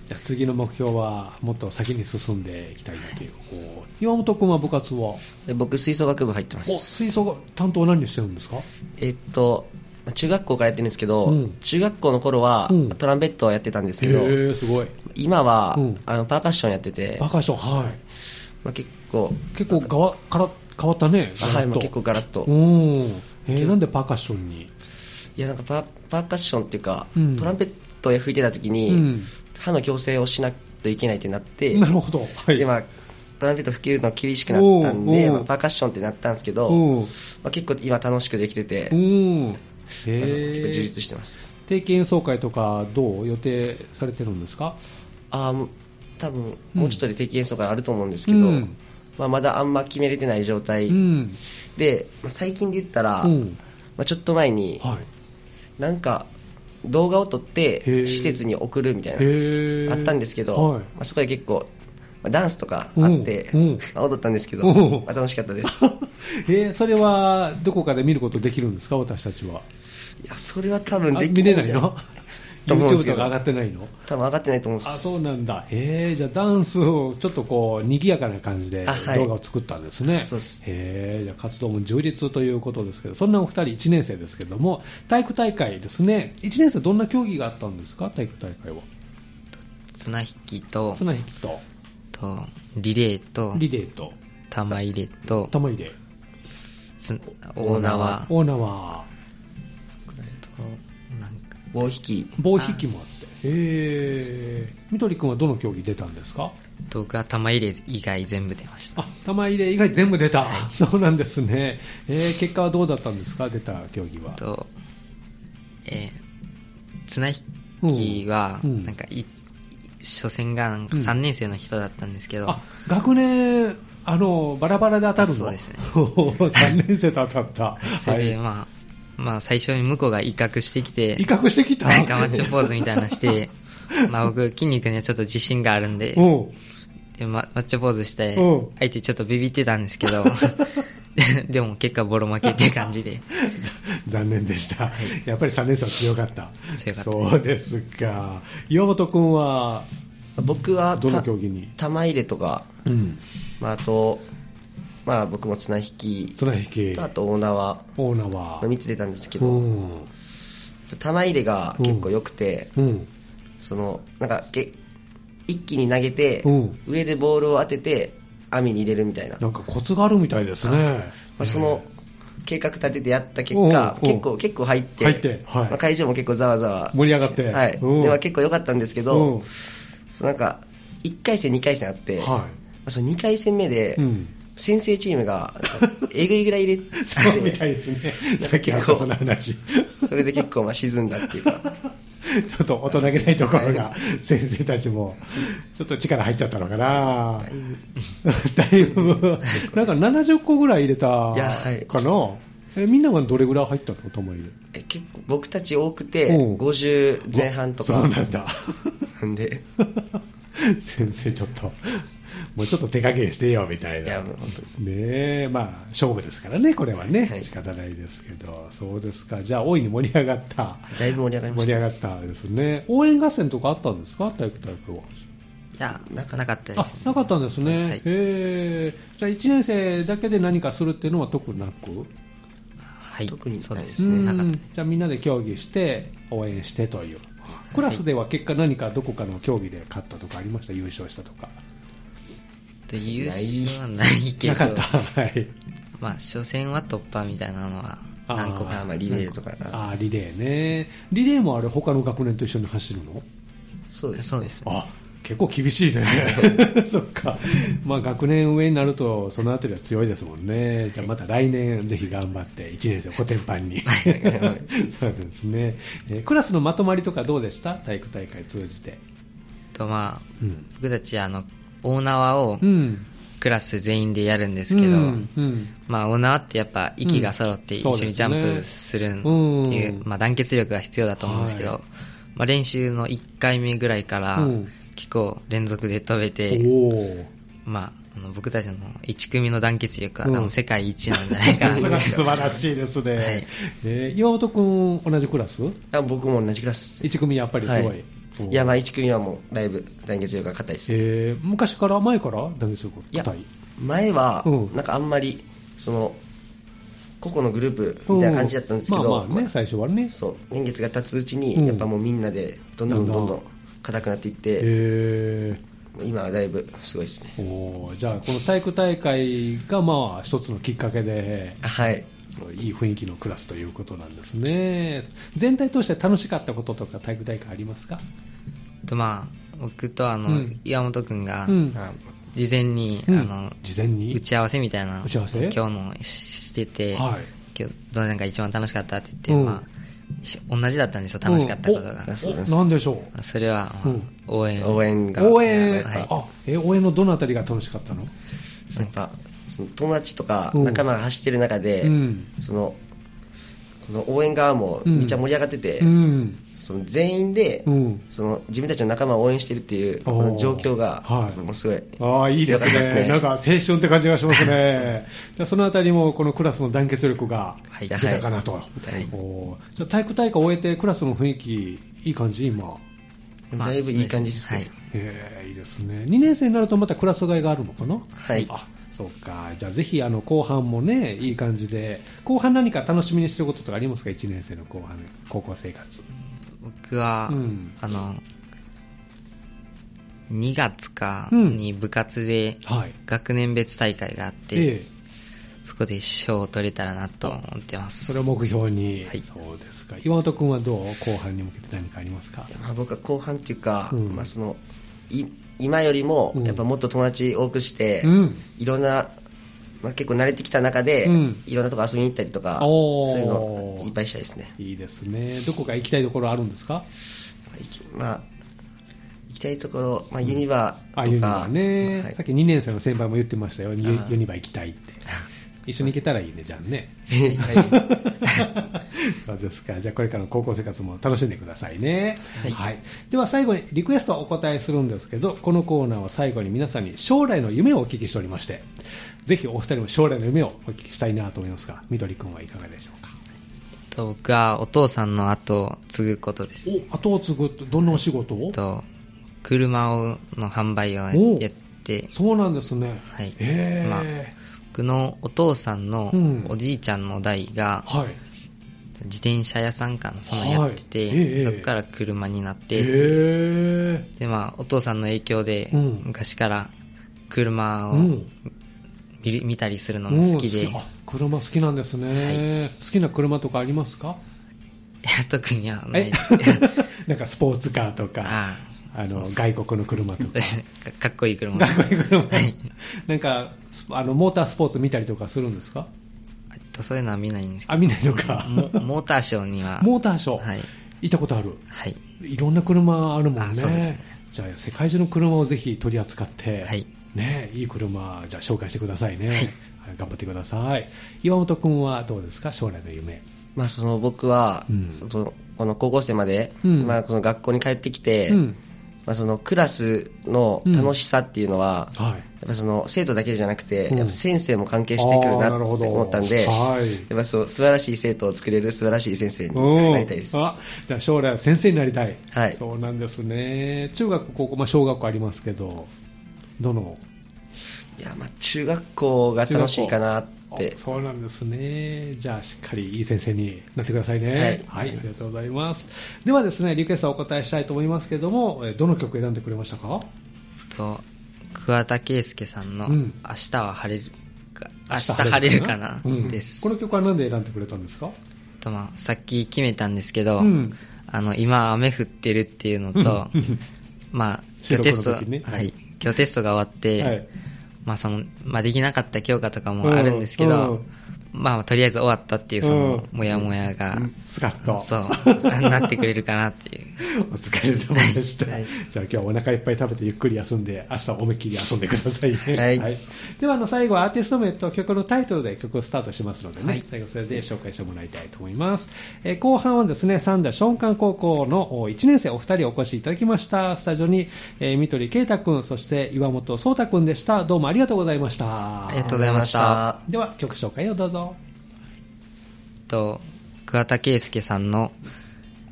Speaker 1: じゃあ次の目標はもっと先に進んでいきたいなという、こう岩本君は部活は
Speaker 4: で僕、吹奏楽部入って
Speaker 1: お
Speaker 4: ます。
Speaker 1: 吹奏楽担当は何をしてるんですか
Speaker 4: えっと、まあ中学校からやってるんですけど、
Speaker 1: うん
Speaker 4: 中学校の頃は、
Speaker 1: うん
Speaker 4: トランペットをやってたんです
Speaker 1: へ
Speaker 4: けど、
Speaker 1: ーすごい
Speaker 4: 今は、
Speaker 1: うん
Speaker 4: あのパーカッションやってて、
Speaker 1: バカションはい
Speaker 4: まあ、結構、
Speaker 1: 結構がわから変わったね
Speaker 4: はい、
Speaker 1: ガラッ
Speaker 4: まあ、
Speaker 1: と
Speaker 4: 結構ガラッと。
Speaker 1: うんえーなんでパーカッションに
Speaker 4: いや、なんかパーパーカッションっていうか、
Speaker 1: うん
Speaker 4: トランペットを吹いてた時に、
Speaker 1: うん
Speaker 4: 歯の矯正をしないといけないってなって、
Speaker 1: なるほど はい
Speaker 4: でまあトランペット吹けるの厳しくなったん
Speaker 1: おうお
Speaker 4: で、
Speaker 1: う
Speaker 4: まあ、パーカッションってなったんですけど、
Speaker 1: うん
Speaker 4: まあ、結構今楽しくできてて、ま
Speaker 1: うん
Speaker 4: あ結構
Speaker 1: へ
Speaker 4: 充実
Speaker 1: ー
Speaker 4: してます
Speaker 1: 定期演奏会とかどう予定されてるんですか
Speaker 4: ああもう多分
Speaker 1: うん
Speaker 4: もうちょっとで定期演奏会あると思うんですけど、
Speaker 1: うん
Speaker 4: まあ、まだあんま決めれてない状態、
Speaker 1: うん
Speaker 4: で、まあ最近で言ったら、
Speaker 1: うん
Speaker 4: まあ、ちょっと前に
Speaker 1: はい
Speaker 4: なんか動画を撮っ
Speaker 1: へえ
Speaker 4: て施設に送るみたいな
Speaker 1: へー
Speaker 4: あったんですけど、
Speaker 1: はい
Speaker 4: まあ、そこで結構、まあダンスとかあって、
Speaker 1: うんうん
Speaker 4: まあ踊ったんですけど、
Speaker 1: うん
Speaker 4: まあ楽しかったです。い
Speaker 1: えーそれはどこかで見ることできるんですか、私たちは。
Speaker 4: や、それは多分
Speaker 1: あ
Speaker 4: でき
Speaker 1: 見れない
Speaker 4: んじゃ
Speaker 1: の
Speaker 4: と思うんです
Speaker 1: ?YouTube
Speaker 4: け
Speaker 1: と
Speaker 4: ど
Speaker 1: か上がってないの
Speaker 4: 多分上がってないと思う
Speaker 1: あ
Speaker 4: んです。
Speaker 1: そうなんだ、えー、じゃあダンスをちょっとこう賑やかな感じで
Speaker 4: あはい
Speaker 1: 動画を作ったんですね、
Speaker 4: そうです
Speaker 1: えーじゃあ活動も充実ということですけど、そんなお二人、1年生ですけども、体育大会ですね、1年生、どんな競技があったんですか、体育大会は。
Speaker 5: 綱引きと
Speaker 1: 綱引きと、
Speaker 5: とリレーと
Speaker 1: リレーと、
Speaker 5: 玉入れと
Speaker 1: 玉入れ、
Speaker 5: つ大縄と
Speaker 1: 大縄、
Speaker 5: なんか
Speaker 4: 棒引き。
Speaker 1: 棒引きもあって、えー、みどりくんはどの競技出たんですか
Speaker 5: 僕は玉入れ以外全部出ました
Speaker 1: あ玉入れ以外全部出た、 そうなんですね、えー結果はどうだったんですか、出た競技は。
Speaker 5: と、えー、綱引きは、
Speaker 1: うんうん
Speaker 5: なんかい、初戦がなんか
Speaker 1: うん
Speaker 5: 3年生の人だったんですけど、
Speaker 1: あ学年あの、バラバラで当たるの
Speaker 5: そうですね
Speaker 1: 3年生と当たった、
Speaker 5: それで、まあ、まあ、最初に向こうが威嚇してきて
Speaker 1: 威、嚇してきた、
Speaker 5: なんかマッチョポーズみたいな のして、まあ僕、筋肉にはちょっと自信があるんで、
Speaker 1: おう
Speaker 5: でまマッチョポーズして
Speaker 1: うん、
Speaker 5: 相手ちょっとビビってたんです けど、 でも結果ボロ負けって感じで、
Speaker 1: 残念でした、やっぱり3年生は強かった、
Speaker 5: 強かった
Speaker 1: そうですか、岩本君は、
Speaker 4: 僕は、
Speaker 1: どの
Speaker 4: た
Speaker 1: 競技に、
Speaker 4: 玉入れとか、
Speaker 1: うん、
Speaker 4: まあ、あと、まあ、僕も綱引き、
Speaker 1: 綱引き、
Speaker 4: とあと大縄
Speaker 1: オーナーは
Speaker 4: の、3つ出たんですけ
Speaker 1: う
Speaker 4: ど、
Speaker 1: ん
Speaker 4: 玉入れが結構良くて、
Speaker 1: うん、
Speaker 4: その、なんか、げ一気に投げて
Speaker 1: うん、
Speaker 4: 上でボールを当てて、網に入れるみたいな。
Speaker 1: なんかコツがあるみたいですね。
Speaker 4: まあ、その計画立ててやった結
Speaker 1: おうお
Speaker 4: 果
Speaker 1: う、
Speaker 4: 結構結構入って、
Speaker 1: 入ってはい
Speaker 4: まあ会場も結構ざわざわ
Speaker 1: 盛り上がって
Speaker 4: はい、
Speaker 1: うん
Speaker 4: でまあ結構良かったんですけ
Speaker 1: うん
Speaker 4: ど、そのなんか1回戦、2回戦あって、ま
Speaker 1: は
Speaker 4: あその2回戦目
Speaker 1: い。
Speaker 4: で、
Speaker 1: うん。
Speaker 4: 先制チームがなんかえぐいぐらい入れてて、
Speaker 1: そうみたいですね。
Speaker 4: な
Speaker 1: さ
Speaker 4: んか
Speaker 1: っきの
Speaker 4: 結構
Speaker 1: その話。ち
Speaker 4: それで結構まあ沈んだっていうか、
Speaker 1: ょっと大人げないところが、先生たちも、ちょっと力入っちゃったのかな。だいぶ、なんか70個ぐらい入れた
Speaker 4: いやはい
Speaker 1: かな。えみんながどれぐらい入ったの玉入れ。
Speaker 4: え結構僕たち多くて、
Speaker 1: うん
Speaker 4: 50前半とか、
Speaker 1: そうなんだ。
Speaker 4: なん で、
Speaker 1: 先生ちょっと、もうちょっと手加減してよみたい
Speaker 4: い
Speaker 1: な。
Speaker 4: や、もう本当に、
Speaker 1: ねえ、まあ、勝負ですからね、これはね、
Speaker 4: はい
Speaker 1: 仕方ないですけど、そうですか、じゃあ、大いに盛り上がった、
Speaker 4: だいぶ盛り上がりま
Speaker 1: 盛
Speaker 4: し
Speaker 1: り
Speaker 4: た。
Speaker 1: 上がったですね、応援合戦とかあったんですか、体育大会は。
Speaker 5: いや、なかなかったで
Speaker 1: あ
Speaker 5: す。
Speaker 1: なかったんですね、
Speaker 5: はい
Speaker 1: へえじゃあ、1年生だけで何かするっていうのは特なく、
Speaker 5: はい、
Speaker 4: 特に
Speaker 5: そうで
Speaker 4: ですね
Speaker 5: ね、
Speaker 1: うん
Speaker 5: なかったです。
Speaker 1: じゃあ、みんなで競技して、応援してという、クラスでは結果、何かどこかの競技で勝ったとかありました、優勝したとか、
Speaker 5: と優勝はないけど、
Speaker 1: なかった、はい、
Speaker 5: まあ、初戦は突破みたいなのは何個
Speaker 4: あ
Speaker 5: か
Speaker 4: ーまあリレーとか
Speaker 1: あーリレーね、リレーもあれ、他の学年と一緒に走るの
Speaker 4: そうです。
Speaker 5: そうですね
Speaker 1: あ結構厳しいね、そっか、まあ、学年上になると、そのあたりは強いですもんね、じゃあまた来年、ぜひ頑張って、1年生、コテンパンに、 そうですね、えークラスのまとまりとかどうでした、体育大会通じて。
Speaker 5: とまあ
Speaker 1: うん、
Speaker 5: 僕たちあの大縄を
Speaker 1: うん、
Speaker 5: クラス全員でやるんですけど、
Speaker 1: うんうん
Speaker 5: まあ、大縄ってやっぱ息が揃って
Speaker 1: うん
Speaker 5: 一緒にジャンプするって
Speaker 1: そう
Speaker 5: い
Speaker 1: です
Speaker 5: う、
Speaker 1: ねうん
Speaker 5: まあ、団結力が必要だと思うんですけど、
Speaker 1: はい
Speaker 5: まあ、練習の1回目ぐらいから
Speaker 1: うん
Speaker 5: 結構連続で飛べて、
Speaker 1: おー
Speaker 5: まあ、あの僕たちの1組の団結力は多分世界一なんじゃないかな と
Speaker 1: それが素晴らしいですね。
Speaker 5: はい
Speaker 1: えー岩本君、同じクラス
Speaker 4: あ僕も同じクラスです
Speaker 1: ?1 組やっぱりすご。
Speaker 4: はいいやまあ1組はもうだいぶ団結力が硬いです、
Speaker 1: えー昔から前から何ですよ、
Speaker 4: いや
Speaker 1: 硬い。
Speaker 4: 前は
Speaker 1: うん
Speaker 4: なんかあんまりその個々のグループみたいな感じだったんですけど、
Speaker 1: まあまあね、最初はね。
Speaker 4: そう年月が経つうち
Speaker 1: うん
Speaker 4: にやっぱもうみんなでどんどんどんどん硬くなっていって、
Speaker 1: えー
Speaker 4: 今はだいぶすごいですね
Speaker 1: おーじゃあ、この体育大会がまあ一つのきっかけで、
Speaker 4: はい
Speaker 1: いい雰囲気のクラスということなんですね。全体として楽しかったこととか、体育大会ありますか
Speaker 5: とまあ僕とあの、
Speaker 1: うん
Speaker 5: 岩本君が
Speaker 1: うん
Speaker 4: あ
Speaker 5: 事前に、
Speaker 1: うん
Speaker 5: あの
Speaker 1: 事前に
Speaker 5: 打ち合わせみたいな
Speaker 1: 打ち合わせ
Speaker 5: 今日のしてて、
Speaker 1: はい
Speaker 5: 今日どれなんか一番楽しかったって言って、
Speaker 1: うん
Speaker 5: まあし同じだったんですよ楽しかったことが、
Speaker 4: そうなんです
Speaker 1: なんでしょ
Speaker 5: それは、まあ
Speaker 1: うん
Speaker 5: 応援
Speaker 4: 応援
Speaker 1: う
Speaker 4: が
Speaker 1: 応援、
Speaker 5: はい
Speaker 1: あえ応援のどのあたりが楽しかったの
Speaker 4: なんかその友達とか
Speaker 1: うん
Speaker 4: 仲間が走ってる中で、
Speaker 1: うん
Speaker 4: そのこの応援側も
Speaker 1: うん
Speaker 4: めっちゃ盛り上がってて、
Speaker 1: うん
Speaker 4: その全員で、
Speaker 1: うん
Speaker 4: その自分たちの仲間を応援してるっていうこ
Speaker 1: おー
Speaker 4: の状況が、
Speaker 1: はい
Speaker 4: もうすごい
Speaker 1: ああ、いいです
Speaker 4: 良かっ
Speaker 1: ね。
Speaker 4: たですね
Speaker 1: なんか青春って感じがしますね。じゃあそのあたりも、このクラスの団結力が
Speaker 5: はい
Speaker 1: 出たかなと。おーじゃあ体育大会終えて、クラスの雰囲気、いい感じ、今。
Speaker 4: だいぶいい感じです
Speaker 5: はい
Speaker 4: ね、
Speaker 1: えーいいですね。2年生になるとまたクラス替えがあるのかな
Speaker 4: はい
Speaker 1: あ、そうか。じゃあぜひ、あの、後半もね、いい感じで。後半何か楽しみにしてることとかありますか ?1 年生の後半、高校生活。
Speaker 5: 僕は、
Speaker 1: うん
Speaker 5: あの2月か
Speaker 1: うん
Speaker 5: に部活で
Speaker 1: はい。
Speaker 5: 学年別大会があって、
Speaker 1: ええ
Speaker 5: そこで賞を取れたらなと思ってます
Speaker 1: それを目標に、
Speaker 5: はい
Speaker 1: そうですか岩本君はどう後半に向けて何かありますか
Speaker 4: まあ、僕は後半っていうか、
Speaker 1: うん
Speaker 4: まあ、そのい今よりも
Speaker 1: うん
Speaker 4: やっぱもっと友達多くして、
Speaker 1: うん
Speaker 4: いろんな、まあ、結構慣れてきた中で、
Speaker 1: うん
Speaker 4: いろんなとこ遊びに行ったりとか
Speaker 1: おー
Speaker 4: そういうのいっぱいしたいですね、
Speaker 1: いいですねどこか行きたいところあるんですか
Speaker 4: まあいきまあ、行きたいところ、まあ、ユニバとか、
Speaker 1: あユニバね、
Speaker 4: はい
Speaker 1: さっき2年生の先輩も言ってましたよユ
Speaker 4: あー
Speaker 1: ユニバ行きたいって一緒に行けたらいいねじゃんね そうですかじゃあこれからの高校生活も楽しんでくださいね、はいでは最後にリクエストをお答えするんですけどこのコーナーは最後に皆さんに将来の夢をお聞きしておりましてぜひお二人も将来の夢をお聞きしたいなと思いますがみどりくんはいかがでしょうか
Speaker 5: と僕はお父さんの後を継ぐことです
Speaker 1: お後を継ぐってどんなお仕事を、
Speaker 5: と車をの販売
Speaker 1: お
Speaker 5: をやって
Speaker 1: そうなんですね。
Speaker 5: はい
Speaker 1: へー
Speaker 5: まあ僕のお父さんの
Speaker 1: うん
Speaker 5: おじいちゃんの代が
Speaker 1: はい。
Speaker 5: 自転車屋さんかなそのやってて、
Speaker 1: はいええ
Speaker 5: そこから車になって、
Speaker 1: へー
Speaker 5: でまあお父さんの影響で
Speaker 1: うん
Speaker 5: 昔から車を
Speaker 1: うん
Speaker 5: 見る見たりするのも好きで、
Speaker 1: うんあ車好きなんですね、好きな車とかありますか
Speaker 5: 特にはない
Speaker 1: え
Speaker 5: です
Speaker 1: なんかスポーツカーとか、
Speaker 5: あ
Speaker 1: あの外国の車とか、
Speaker 5: あ かかっこいい車
Speaker 1: 外国の車
Speaker 5: はい、
Speaker 1: なんかスあのモータースポーツ見たりとかするんですか
Speaker 5: えっとそういうのは見ないんですけ
Speaker 1: あ、見ないのか
Speaker 5: ど、もモーターショー には
Speaker 1: モーターショー、
Speaker 5: はい、
Speaker 1: 行ったことある
Speaker 5: はい
Speaker 1: いろんな車あるもん
Speaker 5: あ
Speaker 1: ね。
Speaker 5: そうですね
Speaker 1: じゃあ、世界中の車をぜひ取り扱って、
Speaker 5: はい
Speaker 1: ねえ、いい車、じゃあ紹介してくださいね。はい頑張ってください。岩本君はどうですか、将来の夢。
Speaker 4: まあ、その僕は、
Speaker 1: うん
Speaker 4: そのこの高校生まで、
Speaker 1: うん
Speaker 4: まあ、この学校に帰ってきて、
Speaker 1: うん。
Speaker 4: まあ、そのクラスの楽しさっていうのは、や
Speaker 1: はい。
Speaker 4: っぱその生徒だけじゃなくて、
Speaker 1: うん
Speaker 4: やっぱ先生も関係してくるな
Speaker 1: あー
Speaker 4: って
Speaker 1: なるほど
Speaker 4: 思ったんで、
Speaker 1: はい
Speaker 4: やっぱそう素晴らしい生徒を作れる素晴らしい先生になりたいです。
Speaker 1: うんあじゃあ将来は先生になりたい。
Speaker 4: はい
Speaker 1: そうなんですね。中学、高校、まあ、小学校ありますけど、どの
Speaker 4: いや、まあ、中学校が楽しいかなって
Speaker 1: あ。そうなんですねじゃあしっかりいい先生になってくださいねはい、ありがとうございますではですねリクエストをお答えしたいと思いますけどもえーどの曲選んでくれましたか
Speaker 5: と桑田佳祐さんの
Speaker 1: う
Speaker 5: 明
Speaker 1: ん
Speaker 5: 日は晴れるか、明日晴れるかな
Speaker 1: うん
Speaker 5: です、
Speaker 1: この曲は何で選んでくれたんですか
Speaker 5: とまあさっき決めたんですけど、
Speaker 1: うん
Speaker 5: あの今雨降ってるっていうのと、まあ今日テスト、
Speaker 1: 収録の時ね
Speaker 5: は
Speaker 1: はい
Speaker 5: い、今日テストが終わって、
Speaker 1: はい
Speaker 5: まあそのまあできなかった教科とかもあるんですけ
Speaker 1: う
Speaker 5: ど
Speaker 1: ん、
Speaker 5: まあとりあえず終わったっていうその
Speaker 1: うん
Speaker 5: モヤモヤが、
Speaker 1: スカッと
Speaker 5: そうなってくれるかなっていう。
Speaker 1: お疲れ様でした、じゃあ今日はお腹いっぱい食べてゆっくり休んで明日は思いっきり遊んでくださいね、
Speaker 4: はい
Speaker 1: ではあの最後はアーティスト名と曲のタイトルで曲をスタートしますのでね、
Speaker 5: はい
Speaker 1: 最後それで紹介してもらいたいと思います、えー後半はですね三田松漢高校の1年生お二人お越しいただきましたスタジオに、えー、三鳥圭太君そして岩本壮太君でしたどうもありがとうございました
Speaker 5: ありがとうございました。
Speaker 1: では曲紹介をどうぞ
Speaker 5: えっと、桑田佳祐さんの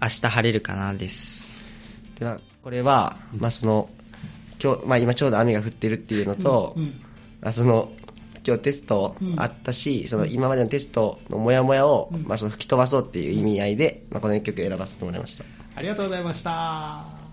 Speaker 5: 明日晴れるかなです。
Speaker 4: でまあこれは、まあその今日まあ、今ちょうど雨が降ってるっていうのと、
Speaker 1: うん
Speaker 4: まあその今日テストあったし、その今までのテストのモヤモヤを、まあ、その吹き飛ばそうっていう意味合いで、まあ、この1曲選ばせてもらいました
Speaker 1: ありがとうございました